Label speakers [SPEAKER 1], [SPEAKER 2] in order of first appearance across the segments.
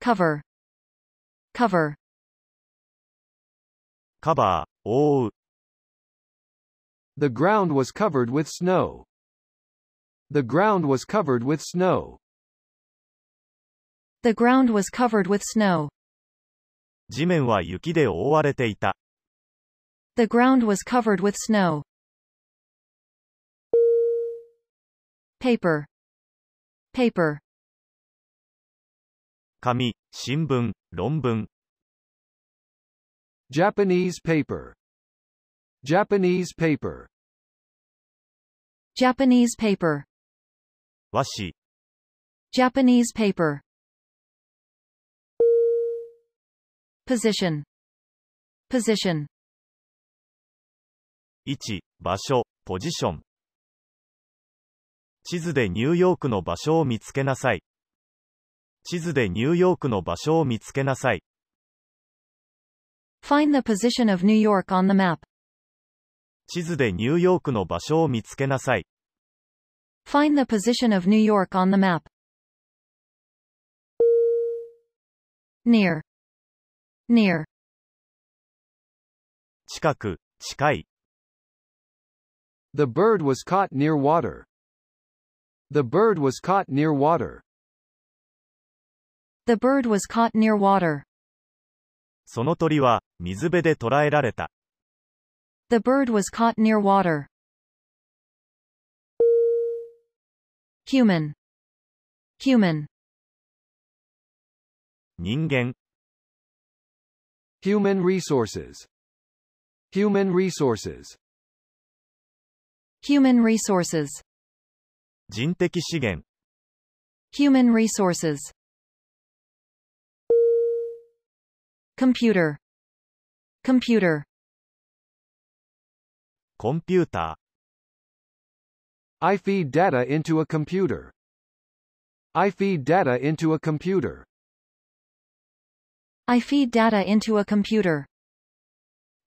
[SPEAKER 1] cover, cover,
[SPEAKER 2] カバー、覆う、
[SPEAKER 3] The ground was covered with snow. The ground was covered with snow.
[SPEAKER 1] the ground was covered with snow,
[SPEAKER 2] 地面は雪で覆われていた、
[SPEAKER 1] the ground was covered with snow. Paper, paper,
[SPEAKER 2] 紙、新聞、論文、
[SPEAKER 3] Japanese paper. Japanese paper.
[SPEAKER 1] Japanese paper,
[SPEAKER 2] 和紙、
[SPEAKER 1] Japanese paper. Position, position,
[SPEAKER 2] 位置、場所、ポジション。地図でニューヨークの場所を見つけなさい。地図でニューヨークの場所を見つけなさい。
[SPEAKER 1] find the position of New York on the map.
[SPEAKER 2] 地図でニューヨークの場所を見つけなさい。
[SPEAKER 1] Find the position of New York on the map. Near. Near.
[SPEAKER 2] 近く、近い。
[SPEAKER 3] The bird was caught near water. The bird was caught near water.
[SPEAKER 1] The bird was caught near water.
[SPEAKER 2] その鳥は、水辺で捕らえられた。
[SPEAKER 1] The bird was caught near water. Human. Human.
[SPEAKER 2] 人間、
[SPEAKER 3] Human resources. Human resources.
[SPEAKER 1] Human resources.
[SPEAKER 2] 人的資源、
[SPEAKER 1] Human resources. Computer. Computer.
[SPEAKER 2] コンピュータ
[SPEAKER 3] I feed data into a computer. I feed data into a computer.
[SPEAKER 1] I feed data into a computer.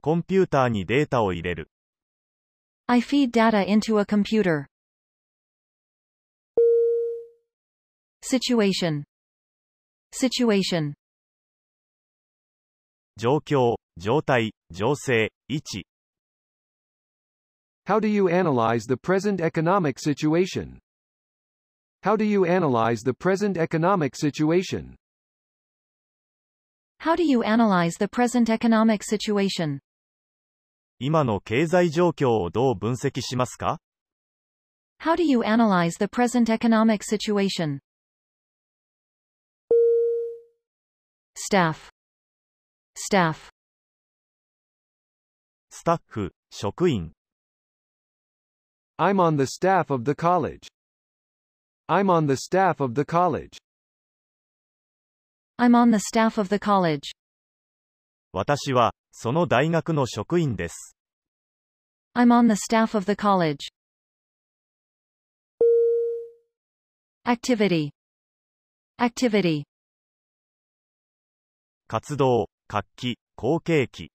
[SPEAKER 2] ー、コンピューターにデータを入れる。
[SPEAKER 1] I feed data into a computer. Situation. Situation.
[SPEAKER 2] 状況、状態、情勢、位置。
[SPEAKER 3] How do you analyze the present economic situation? How do you analyze the present economic situation?
[SPEAKER 1] How do you analyze the present economic situation?
[SPEAKER 2] 今の経済状況をどう分析しますか
[SPEAKER 1] How do you analyze the present economic situation? Staff. Staff.
[SPEAKER 2] スタッフ、職員、
[SPEAKER 3] I'm on the staff of the college. I'm on the staff of the college.
[SPEAKER 1] I'm on the staff of the college.
[SPEAKER 2] 私は、その大学の職員です。
[SPEAKER 1] I'm on the staff of the college. Activity. Activity.
[SPEAKER 2] 活動、活気、好景気。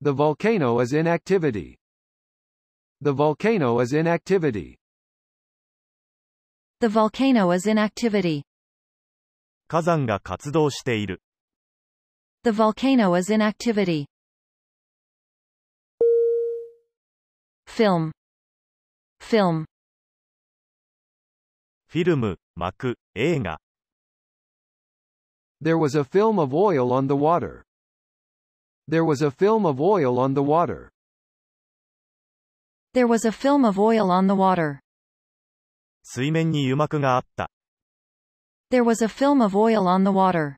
[SPEAKER 3] The volcano is in activity. The volcano is in activity.
[SPEAKER 1] The volcano is in activity.
[SPEAKER 2] 火山が活動している。
[SPEAKER 1] The volcano is in activity. Film. Film.
[SPEAKER 2] フィルム、幕、映画。
[SPEAKER 3] There was a film of oil on the water. There was a film of oil on the water.
[SPEAKER 1] There was a film of oil on the water.
[SPEAKER 2] 水面に油膜があった。
[SPEAKER 1] There was a film of oil on the water.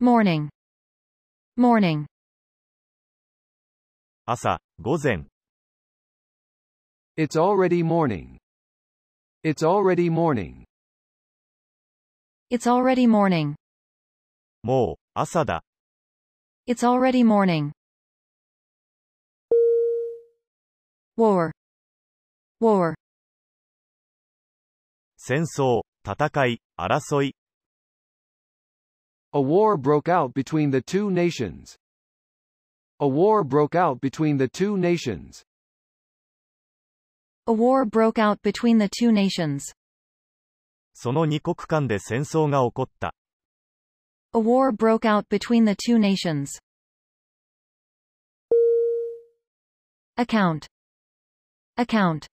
[SPEAKER 1] Morning. Morning.
[SPEAKER 2] 朝、午前、
[SPEAKER 3] It's already morning. It's already morning.
[SPEAKER 1] It's already morning.
[SPEAKER 2] もう、朝だ。
[SPEAKER 1] It's already morning. War. War.
[SPEAKER 2] 戦争、戦い、争い。
[SPEAKER 3] A war broke out between the two nations. A war broke out between the two nations.
[SPEAKER 1] A war broke out between the two nations.
[SPEAKER 2] その2国間で戦争が起こった。
[SPEAKER 1] A war broke out between the two nations. Account. Account.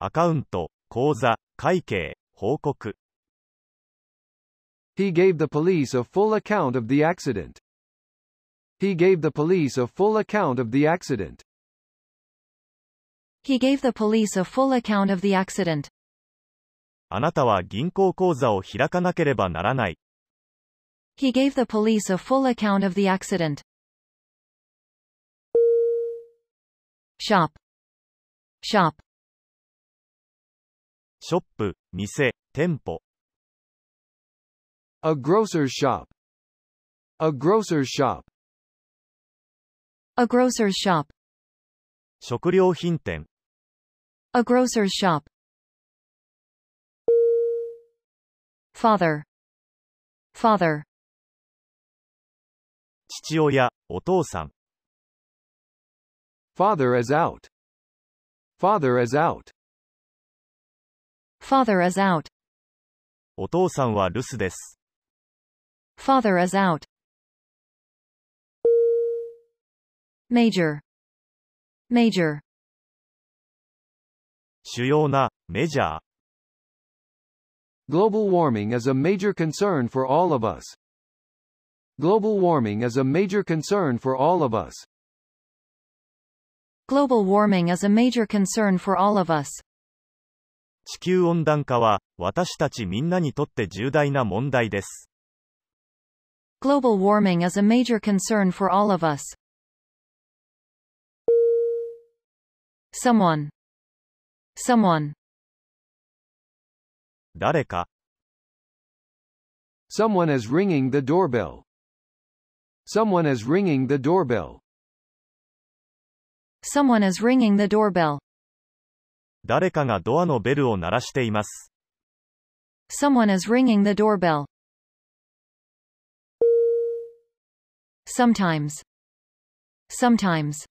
[SPEAKER 2] アカウント、口座、会計、報告。
[SPEAKER 3] He gave the police a full account of the accident. He gave the police a full account of the accident.
[SPEAKER 1] He gave the police a full account of the accident.
[SPEAKER 2] あなたは銀行口座を開かなければならない。
[SPEAKER 1] He gave the police a full account of the accident. Shop. Shop.
[SPEAKER 2] ショップ、店、店舗。
[SPEAKER 3] A grocer's shop. A grocer's shop.
[SPEAKER 1] A grocer's shop.
[SPEAKER 2] 食料品店。
[SPEAKER 1] A grocer's shop. Father. Father.
[SPEAKER 2] 父親、お父さん。
[SPEAKER 3] Father is out. Father is out.
[SPEAKER 1] Father is out.
[SPEAKER 2] お父さんは留守です。
[SPEAKER 1] Father is out. Major. Major.
[SPEAKER 2] 主要な、メジャー。
[SPEAKER 3] Global warming is a major concern for all of us. Global warming is a major concern for all of us.
[SPEAKER 1] Global warming is a major concern for all of us.
[SPEAKER 2] 地球温暖化は、私たちみんなにとって重大な問題です。
[SPEAKER 1] Global warming is a major concern for all of us. Someone. Someone.
[SPEAKER 2] 誰か、
[SPEAKER 3] Someone is ringing the doorbell. Someone is ringing the doorbell.
[SPEAKER 1] Someone is ringing the doorbell.
[SPEAKER 2] 誰かがドアのベルを鳴らしています。
[SPEAKER 1] Someone is ringing the doorbell. Sometimes. Sometimes.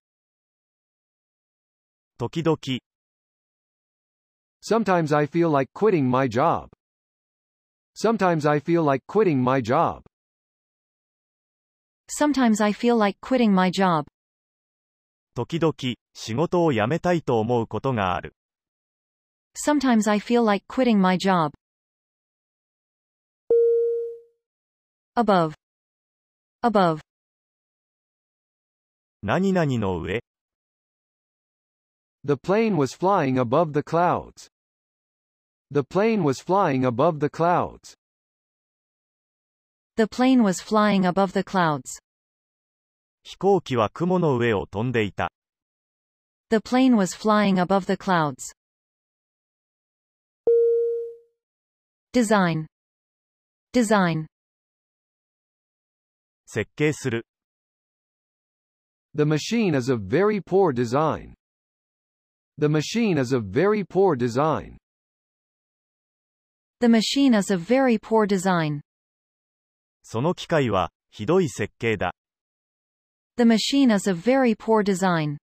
[SPEAKER 2] 時々、
[SPEAKER 3] Sometimes I feel like quitting my job. Sometimes I feel like quitting my job.
[SPEAKER 1] Sometimes I feel like quitting my job.
[SPEAKER 2] 時々、仕事を辞めたいと思うことがある。
[SPEAKER 1] Sometimes I feel like quitting my job. Above. Above.
[SPEAKER 2] 何々の上、
[SPEAKER 3] The plane was flying above the clouds. The plane was flying above the clouds.
[SPEAKER 1] The plane was flying above the clouds.
[SPEAKER 2] 飛行機は雲の上を飛んでいた。
[SPEAKER 1] The plane was flying above the clouds. Design. Design.
[SPEAKER 2] 設計する。
[SPEAKER 3] The machine is of very poor design. The machine is of very poor design.
[SPEAKER 1] The machine is of very poor design.
[SPEAKER 2] その機械は、ひどい設計だ。
[SPEAKER 1] The machine is of very poor design.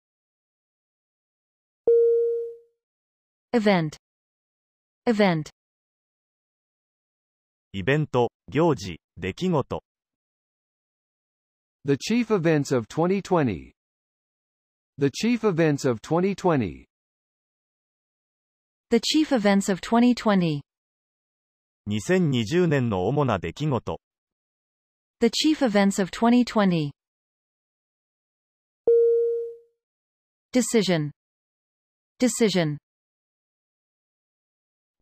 [SPEAKER 1] Event. Event.
[SPEAKER 2] イベント、行事、出来事。
[SPEAKER 3] The chief events of 2020. The chief events of 2020.
[SPEAKER 1] The chief events of 2020.
[SPEAKER 2] 2020年の主な出来事。
[SPEAKER 1] The chief events of 2020. Decision. Decision.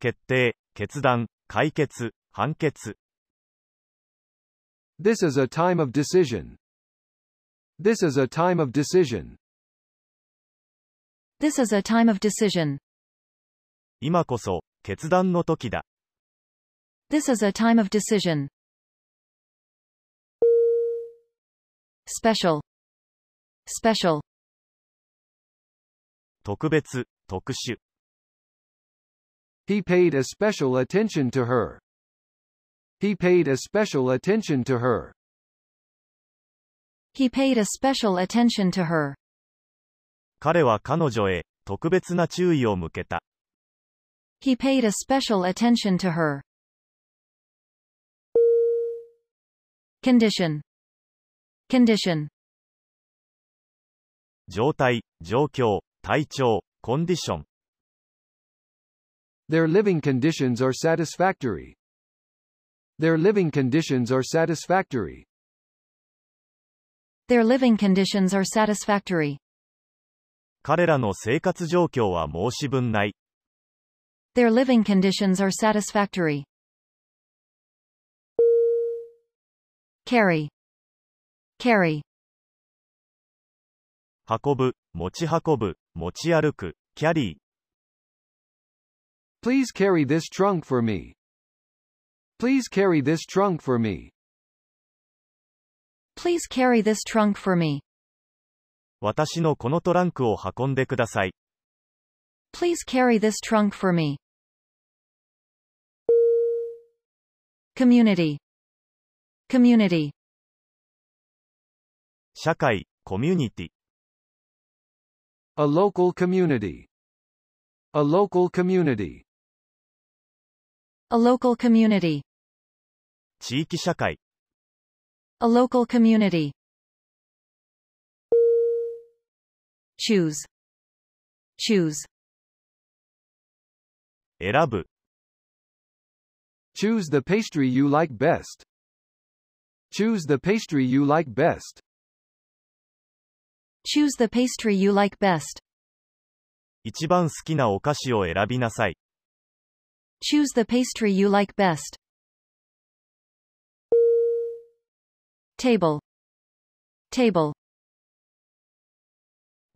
[SPEAKER 2] 決定、決断、解決、判決。
[SPEAKER 3] This is a time of decision. This is a time of decision.
[SPEAKER 1] This is a time of decision.
[SPEAKER 2] 今こそ、決断の時だ。
[SPEAKER 1] This is a time of decision. Special. Special.
[SPEAKER 2] 特別、特殊。
[SPEAKER 3] He paid especial attention to her. He paid especial attention to her.
[SPEAKER 1] He paid a special attention to her.
[SPEAKER 2] 彼は彼女へ、特別な注意を向けた。
[SPEAKER 1] He paid a special attention to her. Condition. Condition.
[SPEAKER 2] 状態、状況、体調、コンディション、
[SPEAKER 3] Their living conditions are satisfactory. Their living conditions are satisfactory.
[SPEAKER 1] Their living conditions are satisfactory.
[SPEAKER 2] 彼らの生活状況は申し分ない、
[SPEAKER 1] Their living conditions are satisfactory. Carry. Carry.
[SPEAKER 2] 運ぶ、持ち運ぶ、持ち歩く、キャリー、
[SPEAKER 3] Please carry this trunk for me. Please carry this trunk for me.
[SPEAKER 1] Please carry this trunk for me.
[SPEAKER 2] 私のこのトランクを運んでください、
[SPEAKER 1] Please carry this trunk for me. Community. Community.
[SPEAKER 2] 社会、コミュニティ、
[SPEAKER 3] A local community. A local community.
[SPEAKER 1] A local community.
[SPEAKER 2] 地域社会、
[SPEAKER 1] A local community. Choose. Choose.
[SPEAKER 2] 選ぶ、
[SPEAKER 3] Choose the pastry you like best. Choose the pastry you like best.
[SPEAKER 1] Choose the pastry you like best.
[SPEAKER 2] 一番好きなお菓子を選びなさい、
[SPEAKER 1] Choose the pastry you like best. Table. Table.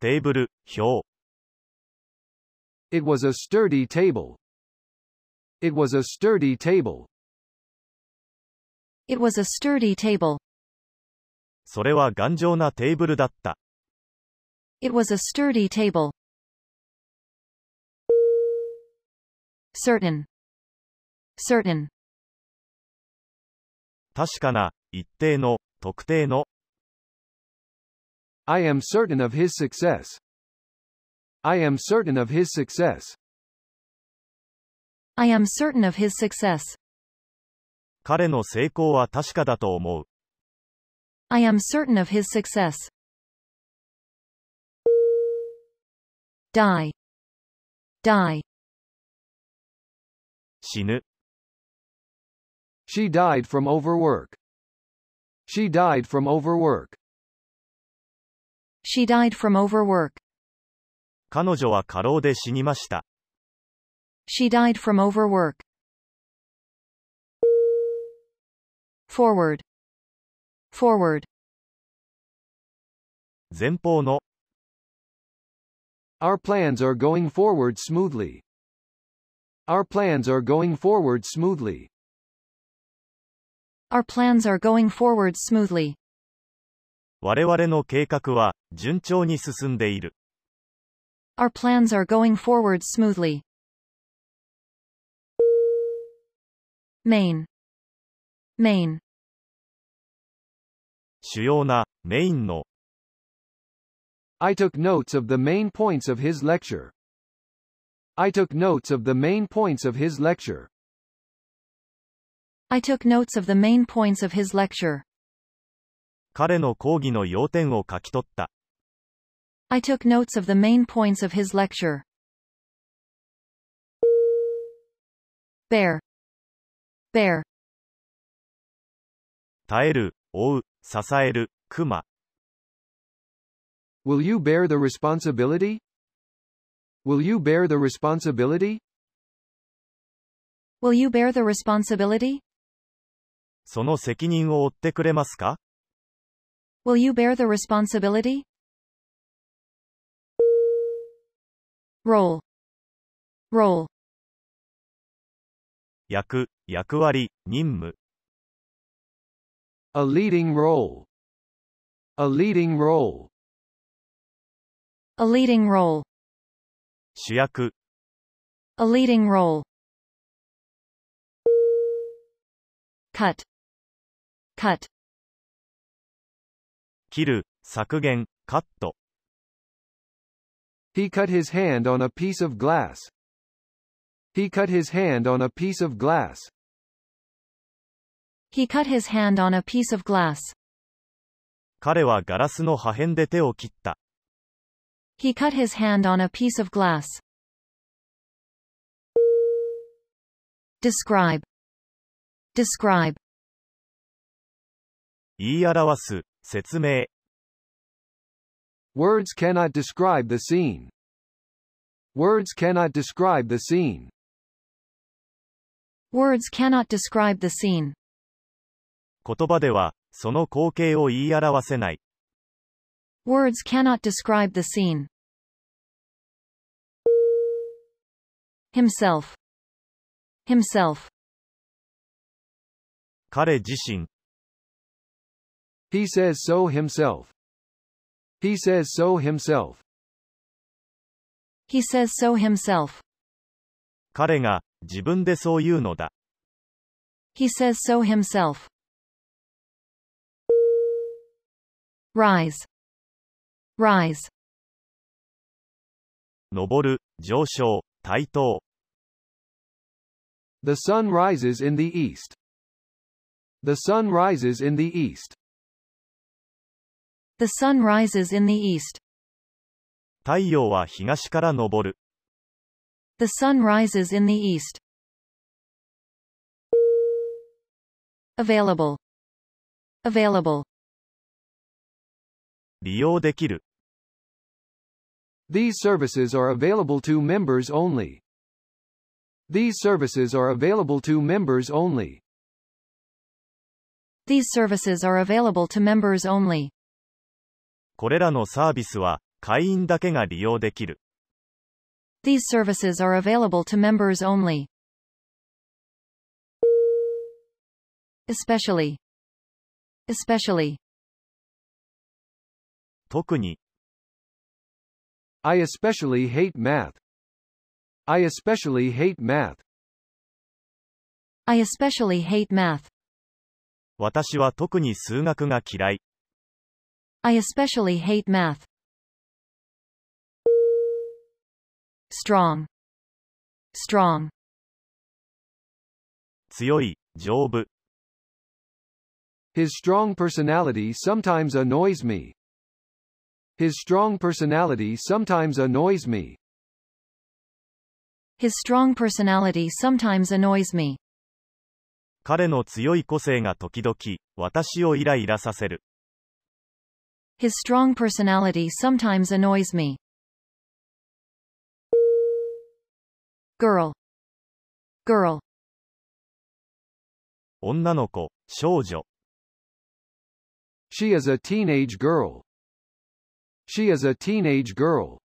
[SPEAKER 2] テーブル、表、
[SPEAKER 3] It was a sturdy table. It was a sturdy table.
[SPEAKER 1] It was a sturdy table.
[SPEAKER 2] それは頑丈なテーブルだった、
[SPEAKER 1] It was a sturdy table. Certain. Certain.
[SPEAKER 2] 確かな、一定の、特定の、
[SPEAKER 3] I am certain of his success. I am certain of his success.
[SPEAKER 1] I am certain of his success.
[SPEAKER 2] 彼の成功は確かだと思う、
[SPEAKER 1] I am certain of his success. Die. Die.
[SPEAKER 2] 死ぬ、
[SPEAKER 3] She died from overwork. She died from overwork.
[SPEAKER 1] She died from overwork.
[SPEAKER 2] 彼女は過労で死にました、
[SPEAKER 1] She died from overwork. Forward. Forward.
[SPEAKER 2] 前方の、
[SPEAKER 3] Our plans are going forward smoothly. Our plans are going forward smoothly.
[SPEAKER 1] Our plans are going forward smoothly.
[SPEAKER 2] 我々の計画は、順調に進んでいる。
[SPEAKER 1] Our plans are going forward smoothly. Main. Main.
[SPEAKER 2] 主要な、メインの、
[SPEAKER 3] I took notes of the main points of his lecture. I took notes of the main points of his lecture.
[SPEAKER 1] I took notes of the main points of his lecture.
[SPEAKER 2] 彼の講義の要点を書き取った。
[SPEAKER 1] I took notes of the main points of his lecture. Bear. Bear.
[SPEAKER 2] 耐える、追う、支える、熊。
[SPEAKER 3] Will you bear the responsibility? Will you bear the responsibility?
[SPEAKER 1] Will you bear the responsibility?
[SPEAKER 2] その責任を負ってくれますか
[SPEAKER 1] Will you bear the responsibility? Roll. Roll.
[SPEAKER 2] 役、役割、任務。
[SPEAKER 3] A leading role. A leading role.
[SPEAKER 1] A leading role.
[SPEAKER 2] 主役、
[SPEAKER 1] A leading role. Cut. Cut.
[SPEAKER 2] 切る、削減、カット。
[SPEAKER 3] He cut his hand on a piece of glass. He cut his hand on a piece of glass.
[SPEAKER 1] He cut his hand on a piece of glass.
[SPEAKER 2] 彼はガラスの破片で手を切った。
[SPEAKER 1] He cut his hand on a piece of glass. Describe. Describe.
[SPEAKER 2] 言い表す、説明。
[SPEAKER 3] Words cannot describe the scene. Words cannot describe the scene.
[SPEAKER 1] Words cannot describe the scene.
[SPEAKER 2] 言葉では、その光景を言い表せない。
[SPEAKER 1] Words cannot describe the scene. Himself. Himself.
[SPEAKER 2] 彼自身、
[SPEAKER 3] He says so himself. He says so himself.
[SPEAKER 1] He says so himself.
[SPEAKER 2] 彼が、自分でそう言うのだ。
[SPEAKER 1] He says so himself. Rise. Rise.
[SPEAKER 2] 上る、上昇、対等。
[SPEAKER 3] The sun rises in the east. The sun rises in the east.
[SPEAKER 1] The sun rises in the east.
[SPEAKER 2] 太陽は東から昇る。
[SPEAKER 1] The sun rises in the east. Available. Available.
[SPEAKER 2] 利用できる。
[SPEAKER 3] These services are available to members only. These services are available to members only.
[SPEAKER 1] These services are available to members only.
[SPEAKER 2] これらのサービスは、会員だけが利用できる。
[SPEAKER 1] These services are available to members only. Especially. Especially.
[SPEAKER 2] 特に、
[SPEAKER 3] I especially hate math. I especially hate math.
[SPEAKER 1] I especially hate math.
[SPEAKER 2] 私は特に数学が嫌い。
[SPEAKER 1] I especially hate math. Strong. Strong.
[SPEAKER 2] 強い、丈夫。
[SPEAKER 3] His strong personality sometimes annoys me. His strong personality sometimes annoys me.
[SPEAKER 1] His strong personality sometimes annoys me.
[SPEAKER 2] 彼の強い個性が時々、私をイライラさせる。
[SPEAKER 1] His strong personality sometimes annoys me. Girl. Girl.
[SPEAKER 2] 女の子、少女。
[SPEAKER 3] She is a teenage girl. She is a teenage girl.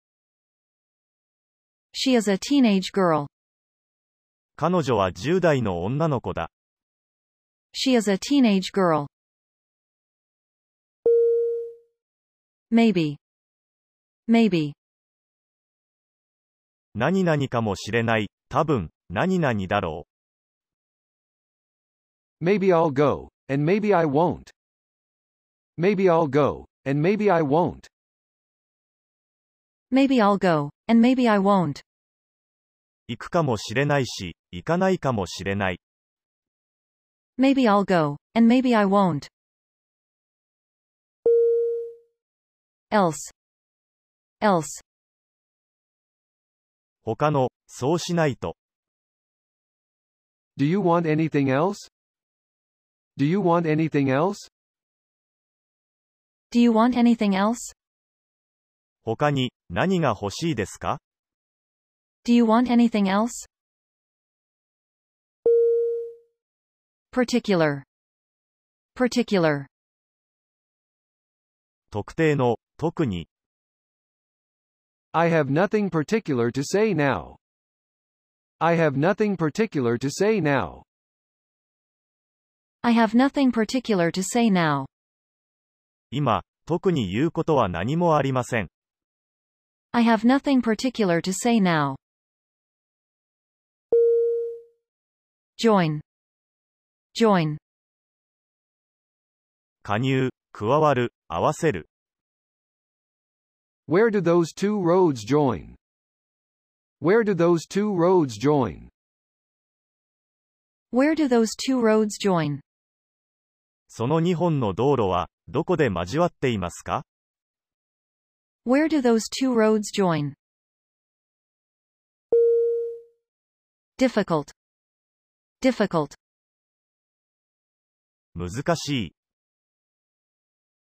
[SPEAKER 1] She is a teenage girl.
[SPEAKER 2] 彼女は10代の女の子だ。
[SPEAKER 1] She is a teenage girl. Maybe. Maybe.
[SPEAKER 2] 何々かもしれない、多分、何々だろ
[SPEAKER 3] Maybe I'll go, and maybe I won't. Maybe I'll go, and maybe I won't.
[SPEAKER 1] Maybe I'll go, and maybe I won't.
[SPEAKER 2] う。行くかもしれないし、行かないかもしれない。
[SPEAKER 1] Maybe I'll go, and maybe I won't. Else. Else.
[SPEAKER 2] 他の、そうしないと。
[SPEAKER 3] Do you want anything else? Do you want anything else?
[SPEAKER 1] Do you want anything else?
[SPEAKER 2] 他に、何が欲しいですか
[SPEAKER 1] Do you want anything else? Particular. Particular.
[SPEAKER 2] 特定の、特に、
[SPEAKER 3] I have nothing particular to say now. I have nothing particular to say now.
[SPEAKER 1] I have nothing particular to say now.
[SPEAKER 2] 今、特に言うことは何もありません。
[SPEAKER 1] I have nothing particular to say now. Join. Join.
[SPEAKER 2] 加入、加わる、合わせる。
[SPEAKER 3] Where do those two roads join? Where do those two roads join?
[SPEAKER 1] Where do those two roads join?
[SPEAKER 2] その2本の道路は、どこで交わっていますか
[SPEAKER 1] Where do those two roads join? Difficult. Difficult.
[SPEAKER 2] 難しい。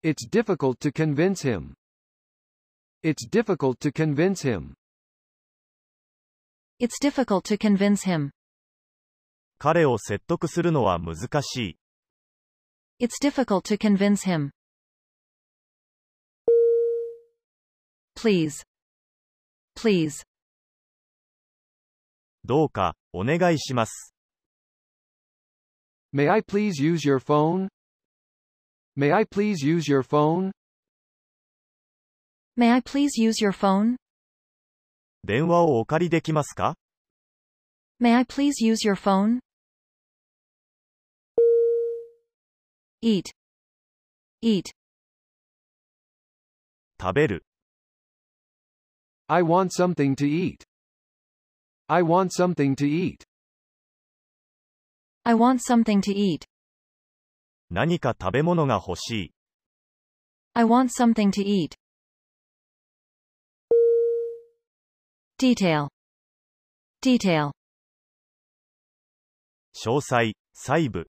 [SPEAKER 3] It's difficult to convince him. It's difficult to convince him.
[SPEAKER 1] It's difficult to convince him.
[SPEAKER 2] 彼を説得するのは難しい。
[SPEAKER 1] It's difficult to convince him. Please. Please.
[SPEAKER 2] どうか、お願いします。
[SPEAKER 3] May I please use your phone? May I please use your phone?
[SPEAKER 1] May I please use your phone?
[SPEAKER 2] 電話をお借りできますか
[SPEAKER 1] May I please use your phone? Eat. Eat.
[SPEAKER 2] 食べる。
[SPEAKER 3] I want something to eat. I want something to eat.
[SPEAKER 1] I want something to eat.
[SPEAKER 2] 何か食べ物が欲しい。
[SPEAKER 1] I want something to eat. Detail. Detail.
[SPEAKER 2] 詳細、細部。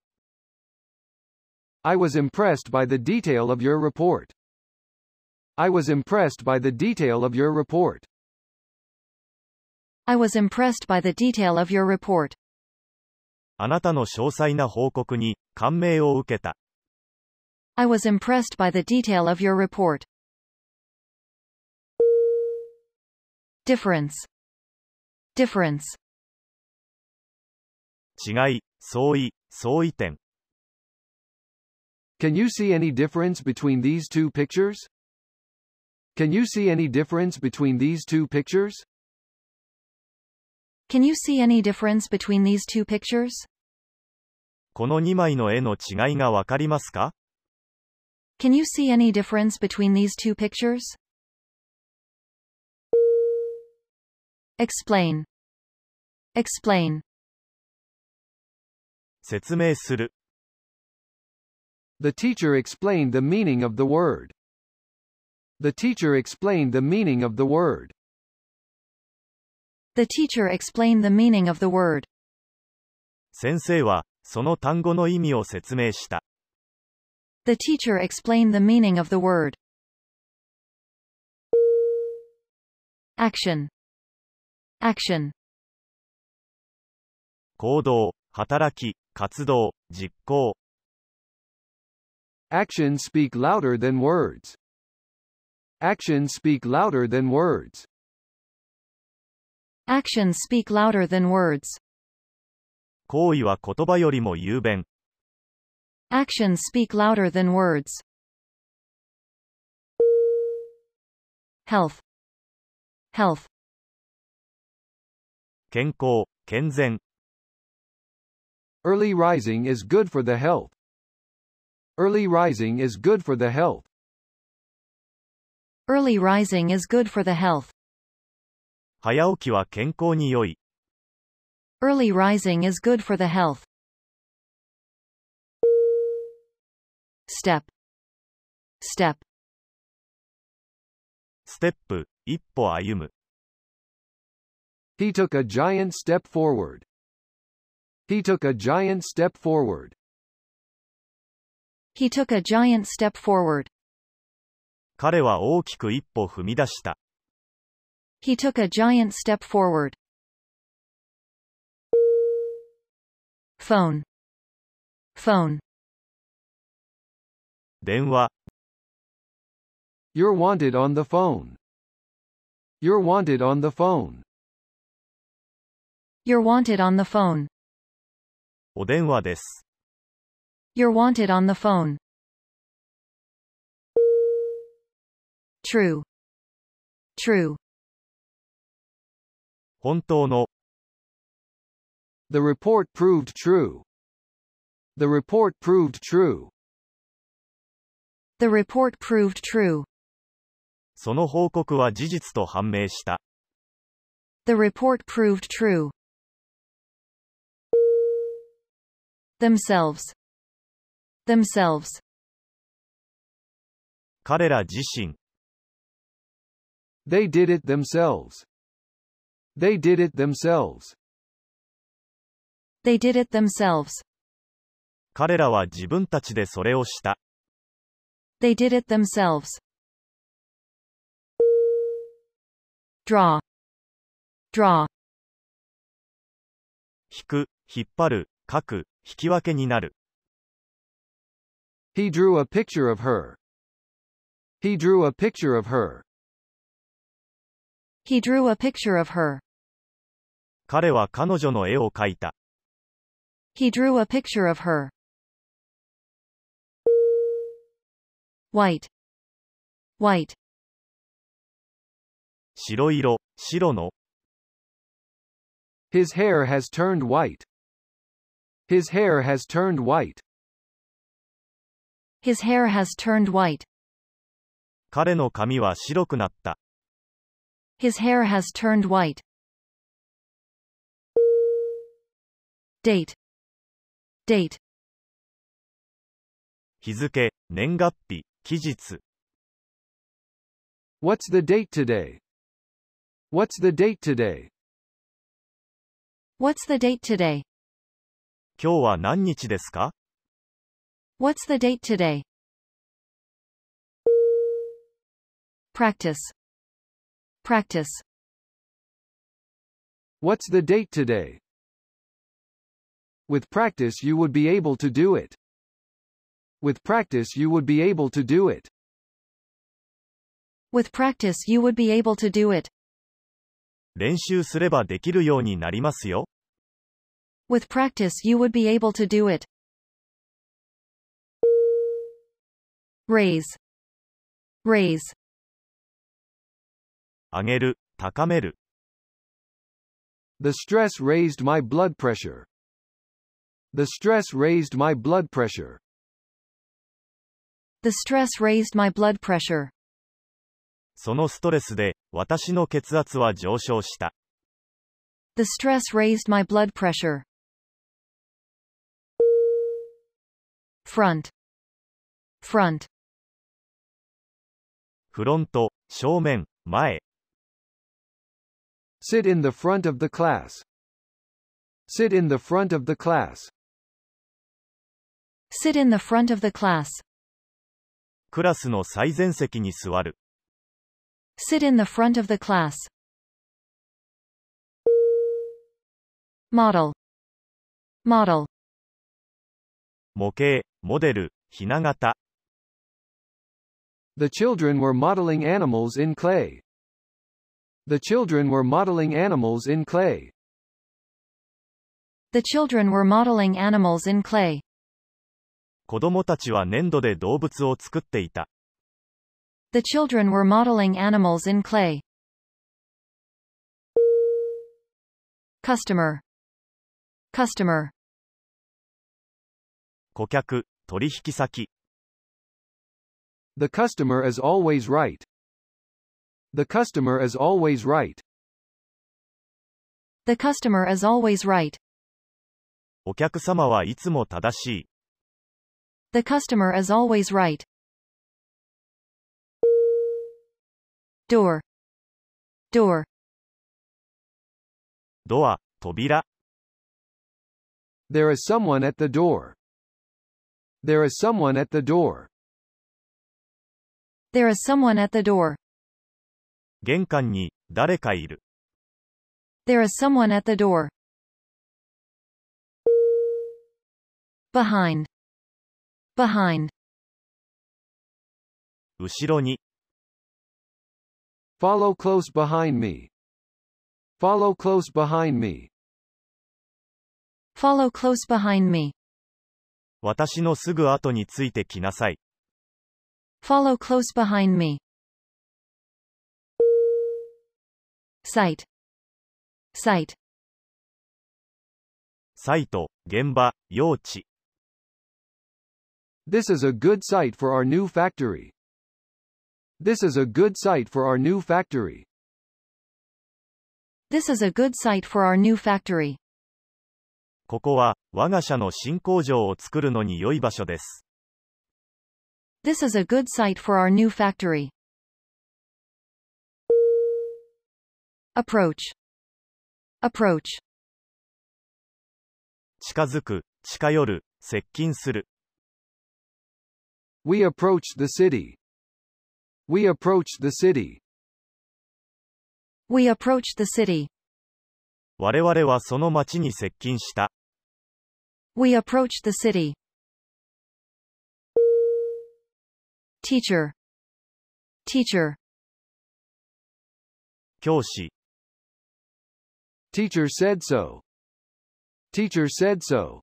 [SPEAKER 3] I was impressed by the detail of your report. I was impressed by the detail of your report.
[SPEAKER 1] I was impressed by the detail of your report.
[SPEAKER 2] あなたの詳細な報告に、感銘を受けた。
[SPEAKER 1] I was impressed by the detail of your report. Difference. Difference.
[SPEAKER 2] 違い、相違、相違点。
[SPEAKER 3] Can you see any difference between these two pictures? Can you see any difference between these two pictures?
[SPEAKER 1] Can you see any difference between these two pictures?
[SPEAKER 2] この2枚の絵の違いがわかりますか
[SPEAKER 1] Can you see any difference between these two pictures? Explain. Explain.
[SPEAKER 2] 説明する。
[SPEAKER 3] The teacher explained the meaning of the word. The teacher explained the meaning of the word.
[SPEAKER 1] The teacher explained the meaning of the word.
[SPEAKER 2] 先生は、その単語の意味を説明した。
[SPEAKER 1] The teacher explained the meaning of the word. Action. Action.
[SPEAKER 2] 行動、働き、活動、実行。
[SPEAKER 3] Actions speak louder than words. Actions speak louder than words.
[SPEAKER 1] Actions speak louder than words.
[SPEAKER 2] 行為は言葉よりも雄弁。
[SPEAKER 1] Actions speak louder than words. Health. Health.
[SPEAKER 2] 健康、健全。
[SPEAKER 3] Early rising is good for the health. Early rising is good for the health.
[SPEAKER 1] Early rising is good for the health.
[SPEAKER 2] 早起きは健康に良い。
[SPEAKER 1] Early rising is good for the health. Step. Step.
[SPEAKER 2] ステップ、一歩歩む。
[SPEAKER 3] He took a giant step forward. He took a giant step forward.
[SPEAKER 1] He took a giant step forward.
[SPEAKER 2] 彼は大きく一歩踏み出した。
[SPEAKER 1] He took a giant step forward. Phone. Phone.
[SPEAKER 2] 電話、
[SPEAKER 3] You're wanted on the phone. You're wanted on the phone.
[SPEAKER 1] You're wanted on the phone.
[SPEAKER 2] お電話です。
[SPEAKER 1] You're wanted on the phone. True. True.
[SPEAKER 2] 本当の、
[SPEAKER 3] The report proved true. The report proved true.
[SPEAKER 1] The report proved true.
[SPEAKER 2] その報告は事実と判明した。
[SPEAKER 1] The report proved true. themselves, themselves,
[SPEAKER 2] 彼ら自身、
[SPEAKER 3] They did it themselves. They did it themselves.
[SPEAKER 1] they did it themselves,
[SPEAKER 2] 彼らは自分たちでそれをした。
[SPEAKER 1] they did it themselves. Draw, draw,
[SPEAKER 2] 引く、引っ張る、書く、引き分けになる。
[SPEAKER 3] He drew a picture of her. He drew a picture of her.
[SPEAKER 1] he drew a picture of her,
[SPEAKER 2] 彼は彼女の絵を描いた。
[SPEAKER 1] he drew a picture of her. White, white,
[SPEAKER 2] 白色、白の、
[SPEAKER 3] His hair has turned white. His hair has turned white.
[SPEAKER 1] his hair has turned white,
[SPEAKER 2] 彼の髪は白くなった。
[SPEAKER 1] his hair has turned white. Date, date,
[SPEAKER 2] 日付、年月日、期日。
[SPEAKER 3] What's the date today? What's the date today?
[SPEAKER 1] what's the date today?
[SPEAKER 2] 今日は何日ですか
[SPEAKER 1] What's the date today? Practice. Practice.
[SPEAKER 3] What's the date today? With practice you would be able to do it. With practice you would be able to do it.
[SPEAKER 1] With practice you would be able to do it.
[SPEAKER 2] 練習すればできるようになりますよ。
[SPEAKER 1] With practice you would be able to do it. Raise. Raise.
[SPEAKER 2] 上げる、高める。
[SPEAKER 3] The stress raised my blood pressure. The stress raised my blood pressure.
[SPEAKER 1] The stress raised my blood pressure.
[SPEAKER 2] そのストレスで、私の血圧は上昇した。
[SPEAKER 1] The stress raised my blood pressure. Front. Front.
[SPEAKER 2] フロント、正面、前。
[SPEAKER 3] Sit in the front of the class. Sit in the front of the class.
[SPEAKER 1] Sit in the front of the class.
[SPEAKER 2] クラスの最前席に座る。
[SPEAKER 1] Sit in the front of the class. Model. Model.
[SPEAKER 2] 模型、モデル、ひな型。
[SPEAKER 3] The children were modeling animals in clay. The children were modeling animals in clay.
[SPEAKER 1] The children were modeling animals in clay.
[SPEAKER 2] 子供たちは粘土で動物を作っていた。
[SPEAKER 1] The children were modeling animals in clay. Customer. Customer.
[SPEAKER 2] 顧客、取引先。
[SPEAKER 3] The customer is always right. The customer is always right.
[SPEAKER 1] The customer is always right.
[SPEAKER 2] お客様はいつも正しい。
[SPEAKER 1] The customer is always right. Door. Door.
[SPEAKER 2] ドア、扉。
[SPEAKER 3] There is someone at the door. There is someone at the door.
[SPEAKER 1] There is someone at the door.
[SPEAKER 2] 玄関に、誰かいる。
[SPEAKER 1] There is someone at the door. Behind. Behind.
[SPEAKER 2] 後ろに、
[SPEAKER 3] Follow close behind me. Follow close behind me.
[SPEAKER 1] Follow close behind me.
[SPEAKER 2] 私のすぐ後についてきなさい。
[SPEAKER 1] Follow close behind me. Site. Site.
[SPEAKER 2] サイト、現場、用地。
[SPEAKER 3] This is a good site for our new factory. This is a good site for our new factory.
[SPEAKER 1] This is a good site for our new factory.
[SPEAKER 2] こここは、我が社の新工場を作るのに良い場所です。
[SPEAKER 1] This is a good site for our new factory. Approach. Approach.
[SPEAKER 2] 近づく、近寄る、接近する。
[SPEAKER 3] We approached the city. We approached the city.
[SPEAKER 1] We approached the city.
[SPEAKER 2] 我々はその町に接近した。
[SPEAKER 1] We approached the city. Teacher. Teacher.
[SPEAKER 2] 教師、
[SPEAKER 3] Teacher said so. Teacher said so.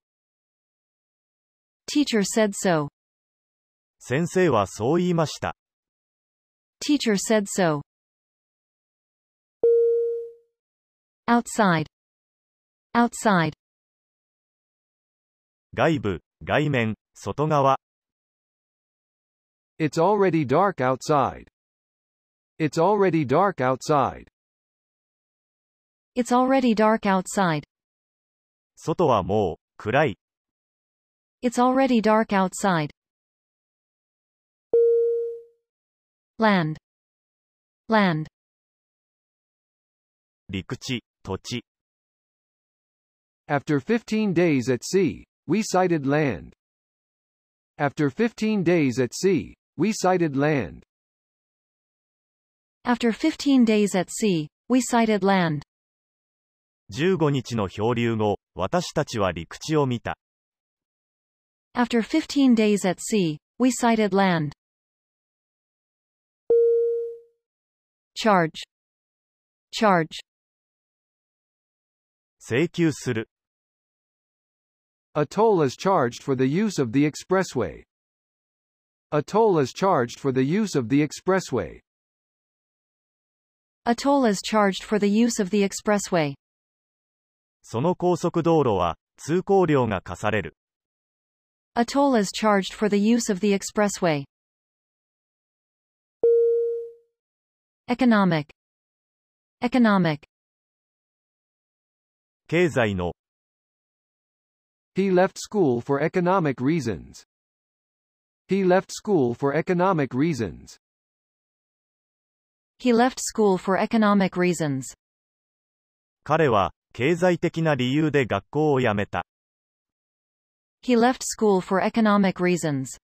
[SPEAKER 1] Teacher said so.
[SPEAKER 2] 先生はそう言いました。
[SPEAKER 1] Teacher said so. Outside. Outside.
[SPEAKER 2] 外部、外面、外側。
[SPEAKER 3] It's already dark outside. It's already dark outside.
[SPEAKER 1] It's already dark outside.
[SPEAKER 2] 外はもう、暗い。
[SPEAKER 1] It's already dark outside. Land. Land.
[SPEAKER 2] 陸地、土地。
[SPEAKER 3] After 15 days at sea, we sighted land. After 15 days at sea, we sighted land.
[SPEAKER 1] After 15 days at sea, we sighted land.
[SPEAKER 2] 15日の漂流後、私たちは陸地を見た。
[SPEAKER 1] After 15 days at sea, we sighted land. Charge. Charge.
[SPEAKER 2] 請求する。
[SPEAKER 3] A toll is charged for the use of the expressway. A toll is charged for the use of the expressway.
[SPEAKER 1] A toll is charged for the use of the expressway.
[SPEAKER 2] その高速道路は、通行料が課される。
[SPEAKER 1] A toll is charged for the use of the expressway. Economic. Economic.
[SPEAKER 2] 経済の、
[SPEAKER 3] He left school for economic reasons. He left school for economic reasons.
[SPEAKER 1] He left school for economic reasons.
[SPEAKER 2] 彼は、経済的な理由で学校を辞めた。
[SPEAKER 1] He left school for economic reasons.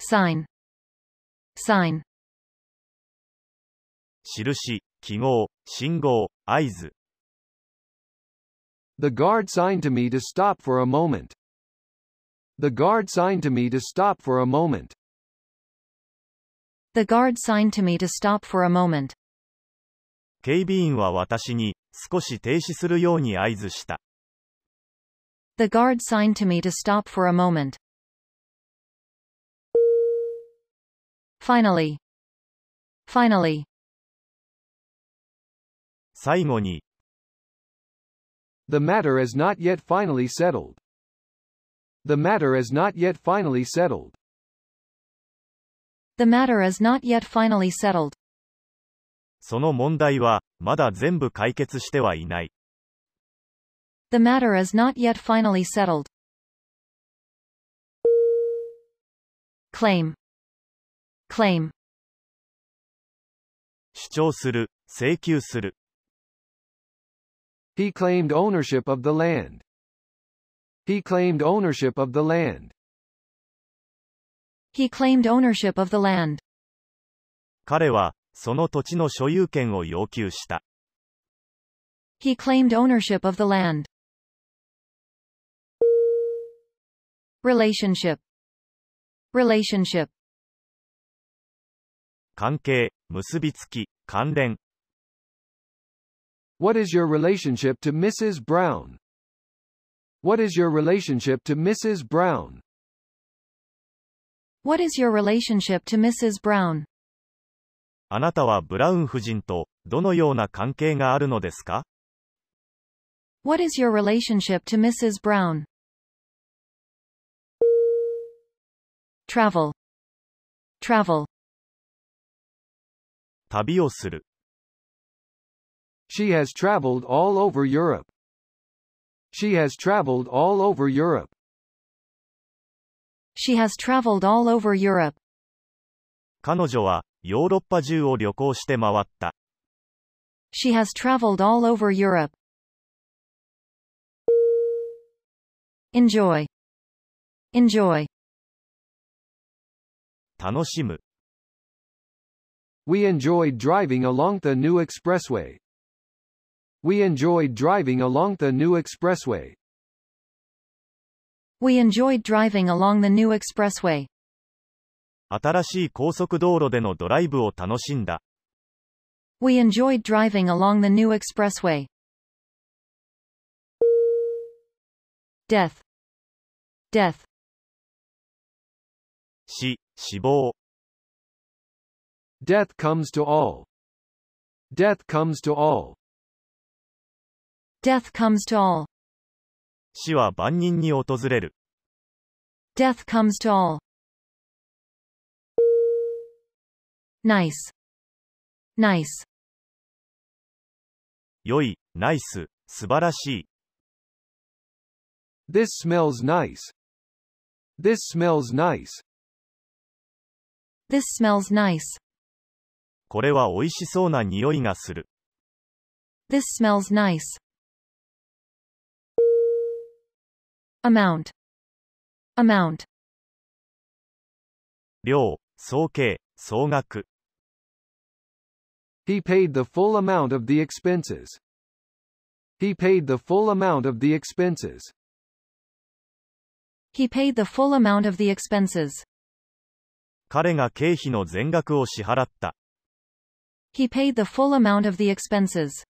[SPEAKER 1] Sign. Sign.
[SPEAKER 2] 印、記号、信号、合図。
[SPEAKER 3] The guard signed to me to stop for a moment. The guard signed to me to stop for a moment.
[SPEAKER 1] The guard signed to me to stop for a moment.
[SPEAKER 2] 警備員は私に、少し停止するように合図した。
[SPEAKER 1] The guard signed to me to stop for a moment. Finally. Finally.
[SPEAKER 2] 最後に、
[SPEAKER 3] The matter is not yet finally settled. The matter is not yet finally settled.
[SPEAKER 1] The matter is not yet finally settled.
[SPEAKER 2] その問題は、まだ全部解決してはいない。
[SPEAKER 1] The matter is not yet finally settled. Claim. Claim.
[SPEAKER 2] 主張する、請求する。
[SPEAKER 3] He claimed ownership of the land. He claimed ownership of the land.
[SPEAKER 1] He claimed ownership of the land.
[SPEAKER 2] 彼は、その土地の所有権を要求した。
[SPEAKER 1] He claimed ownership of the land. Relationship. Relationship.
[SPEAKER 2] 関係、結びつき、関連。
[SPEAKER 3] What is your relationship to Mrs. Brown? What is your relationship to Mrs. Brown?
[SPEAKER 1] What is your relationship to Mrs. Brown?
[SPEAKER 2] あなたはブラウン夫人と、どのような関係があるのですか
[SPEAKER 1] What is your relationship to Mrs. Brown? Travel. Travel.
[SPEAKER 2] 旅をする。
[SPEAKER 3] She has traveled all over Europe. She has traveled all over Europe.
[SPEAKER 1] She has traveled all over Europe.
[SPEAKER 2] 彼女はヨーロッパ中を旅行して回った。
[SPEAKER 1] She has traveled all over Europe. Enjoy. Enjoy.
[SPEAKER 2] 楽しむ。
[SPEAKER 3] We enjoyed driving along the new expressway. We enjoyed driving along the new expressway.
[SPEAKER 1] We enjoyed driving along the new expressway.
[SPEAKER 2] 新しい高速道路でのドライブを楽しんだ。
[SPEAKER 1] We enjoyed driving along the new expressway. Death. Death.
[SPEAKER 2] 死、死亡。
[SPEAKER 3] Death comes to all. Death comes to all.
[SPEAKER 1] Death comes to all.
[SPEAKER 2] 死は万人に訪れる。
[SPEAKER 1] Death comes to all. Nice. Nice.
[SPEAKER 2] 良い、ナイス、素晴らしい。
[SPEAKER 3] This smells nice. This smells nice.
[SPEAKER 1] This smells nice.
[SPEAKER 2] これは美味しそうな匂いがする。
[SPEAKER 1] This smells nice. Amount. Amount.
[SPEAKER 2] 量、総計、総額。
[SPEAKER 3] He paid the full amount of the expenses. He paid the full amount of the expenses.
[SPEAKER 1] He paid the full amount of the expenses.
[SPEAKER 2] 彼が経費の全額を支払った。
[SPEAKER 1] He paid the full amount of the expenses.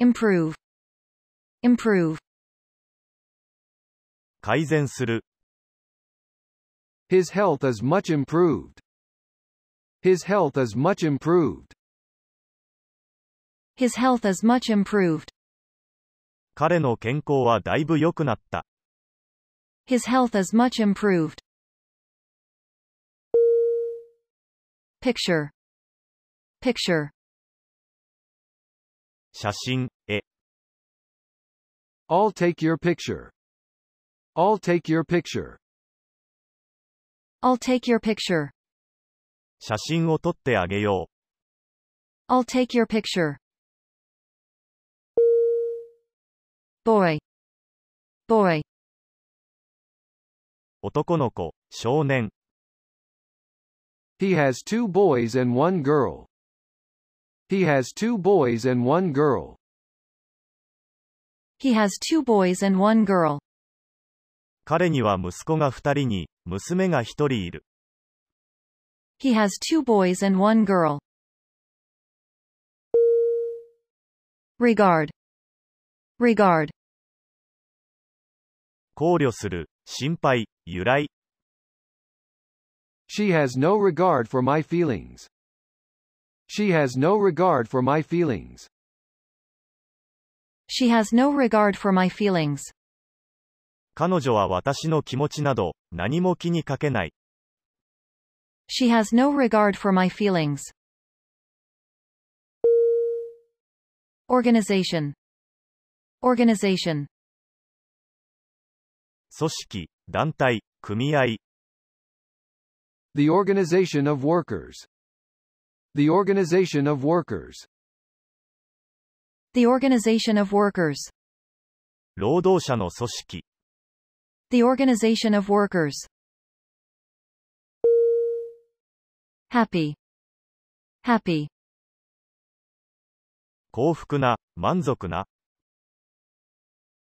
[SPEAKER 1] Improve. Improve.
[SPEAKER 2] 改善する。
[SPEAKER 3] His health is much improved. His health is much improved.
[SPEAKER 1] His health is much improved.
[SPEAKER 2] 彼の健康はだいぶ良くなった。
[SPEAKER 1] His health is much improved. Picture. Picture.
[SPEAKER 2] 写真、絵。
[SPEAKER 3] I'll take your picture. I'll take your picture.
[SPEAKER 1] I'll take your picture.
[SPEAKER 2] 写真を撮ってあげよ
[SPEAKER 1] I'll take your picture. Boy. Boy.
[SPEAKER 2] う。男の子、少年。
[SPEAKER 3] He has two boys and one girl. He has two boys and one girl.
[SPEAKER 1] He has two boys and one girl.
[SPEAKER 2] 彼には息子が二人に、娘が一人いる。
[SPEAKER 1] He has two boys and one girl. Regard. Regard.
[SPEAKER 2] 考慮する、心配、由来。
[SPEAKER 3] She has no regard for my feelings. She has no regard for my feelings.
[SPEAKER 1] She has no regard for my feelings.
[SPEAKER 2] 彼女は私の気持ちなど、何も気にかけない。
[SPEAKER 1] She has no regard for my feelings. Organization. Organization.
[SPEAKER 2] 組織、団体、組合。
[SPEAKER 3] The organization of workers. The organization of workers.
[SPEAKER 1] The organization of workers.
[SPEAKER 2] 労働者の組織。
[SPEAKER 1] The organization of workers. Happy. Happy.
[SPEAKER 2] 幸福な、満足な。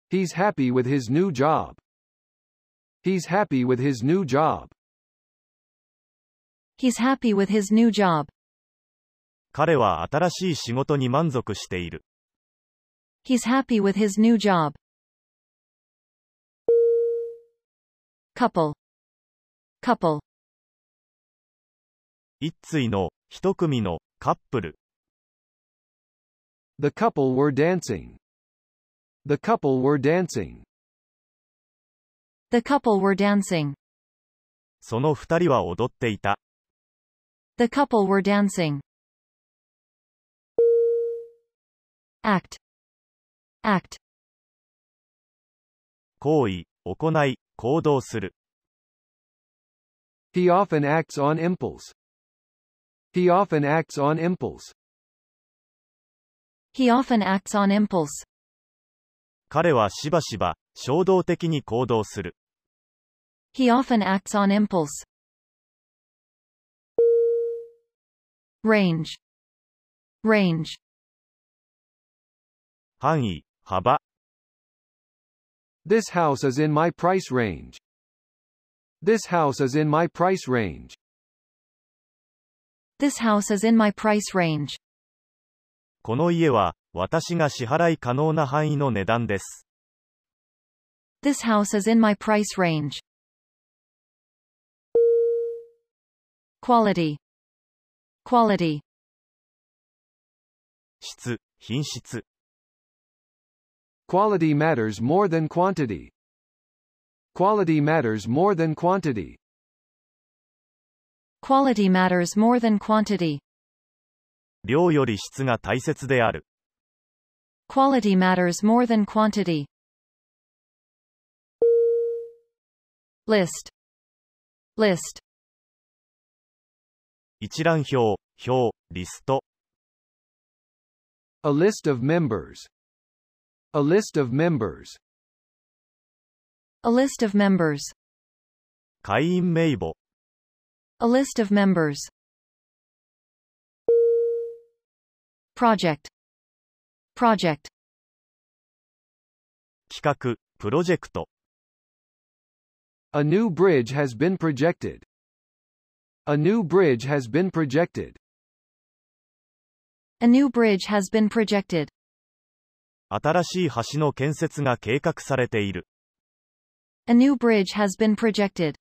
[SPEAKER 3] He's happy with his new job. He's happy with his new job.
[SPEAKER 1] He's happy with his new job.
[SPEAKER 2] 彼は新しい仕事に満足している。
[SPEAKER 1] He's happy with his new job. Couple. Couple.
[SPEAKER 2] 一対の、一組の、カップル。
[SPEAKER 3] The couple were dancing. The couple were dancing.
[SPEAKER 1] The couple were dancing.
[SPEAKER 2] その二人は踊っていた。
[SPEAKER 1] The couple were dancing. act, act,
[SPEAKER 2] 行為、行い、行動する。
[SPEAKER 3] He often acts on impulse. He often acts on impulse.
[SPEAKER 1] he often acts on impulse,
[SPEAKER 2] 彼はしばしば、衝動的に行動する。
[SPEAKER 1] he often acts on impulse. Range, range,
[SPEAKER 2] 範囲、幅。
[SPEAKER 3] This house is in my price range. This house is in my price range.
[SPEAKER 1] this house is in my price range,
[SPEAKER 2] この家は、私が支払い可能な範囲の値段です。
[SPEAKER 1] this house is in my price range. Quality, quality,
[SPEAKER 2] 質、品質。
[SPEAKER 3] Quality matters more than quantity. Quality matters more than quantity.
[SPEAKER 1] quality matters more than quantity,
[SPEAKER 2] 量より質が大切である。
[SPEAKER 1] quality matters more than quantity. List, list,
[SPEAKER 2] 一覧表、表、リスト。
[SPEAKER 3] A list of members. A list of members.
[SPEAKER 1] a list of members,
[SPEAKER 2] 会員名簿。
[SPEAKER 1] a list of members. Project, project,
[SPEAKER 2] 企画、プロジェクト。
[SPEAKER 3] A new bridge has been projected. A new bridge has been projected.
[SPEAKER 1] a new bridge has been projected,
[SPEAKER 2] 新しい橋の建設が計画されている。
[SPEAKER 1] a new bridge has been projected.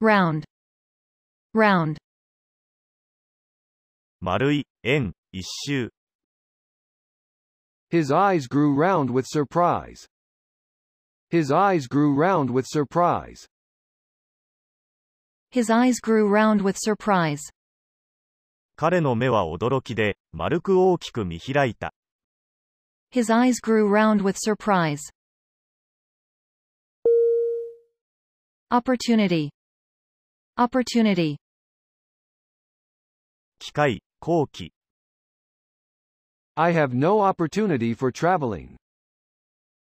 [SPEAKER 1] Round, round,
[SPEAKER 2] 丸い、円、一周。
[SPEAKER 3] His eyes grew round with surprise. His eyes grew round with surprise.
[SPEAKER 1] his eyes grew round with surprise.
[SPEAKER 2] 彼の目は驚きで、丸く大きく見開いた。
[SPEAKER 1] His eyes grew round with surprise. Opportunity. Opportunity.
[SPEAKER 2] 機械、後期。
[SPEAKER 3] I have no opportunity for traveling.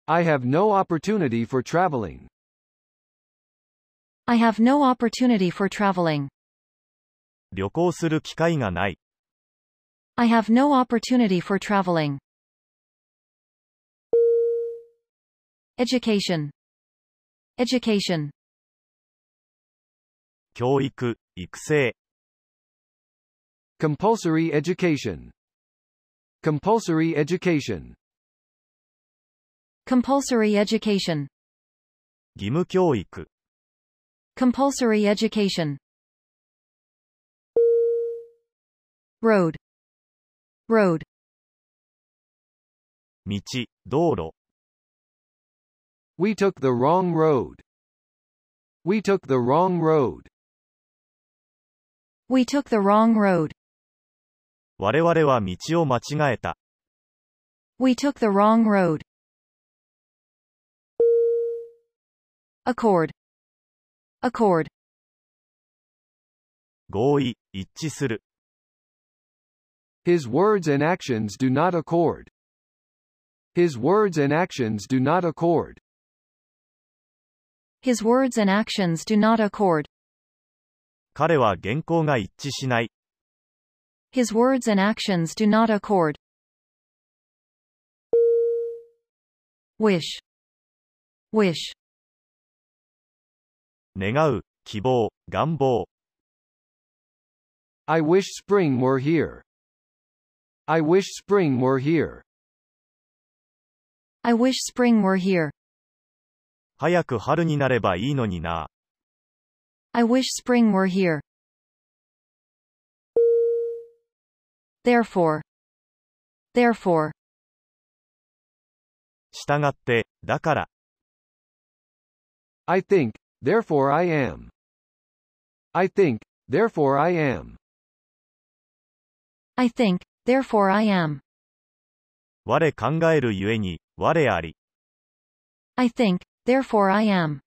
[SPEAKER 3] I have no opportunity for traveling.
[SPEAKER 1] I have no opportunity for traveling.
[SPEAKER 2] 旅行する機会がない。
[SPEAKER 1] I have no opportunity for traveling. Education. Education.
[SPEAKER 2] 教育、育成。
[SPEAKER 3] Compulsory education. Compulsory education.
[SPEAKER 1] Compulsory education.
[SPEAKER 2] 義務教育。
[SPEAKER 1] Compulsory education. Road. Road.
[SPEAKER 2] 道、道路。
[SPEAKER 3] We took the wrong road. We took the wrong road.
[SPEAKER 1] We took the wrong road.
[SPEAKER 2] 我々は道を間違えた。
[SPEAKER 1] We took the wrong road. Accord. Accord.
[SPEAKER 2] 合意、一致する。
[SPEAKER 3] His words and actions do not accord. His words and actions do not accord.
[SPEAKER 1] His words and actions do not accord.
[SPEAKER 2] 彼は原稿が一致しない。
[SPEAKER 1] His words and actions do not accord. Wish. Wish.
[SPEAKER 2] 願う、希望、願望。
[SPEAKER 3] I wish spring were here. I wish spring were here.
[SPEAKER 1] I wish spring were here.
[SPEAKER 2] 早く春になればいいのにな。
[SPEAKER 1] I wish spring were here. Therefore. Therefore.
[SPEAKER 2] 従って、だから、
[SPEAKER 3] I think, therefore I am. I think, therefore I am.
[SPEAKER 1] I think, therefore I am.
[SPEAKER 2] 我考えるゆえに、我あり。
[SPEAKER 1] I think, therefore I am.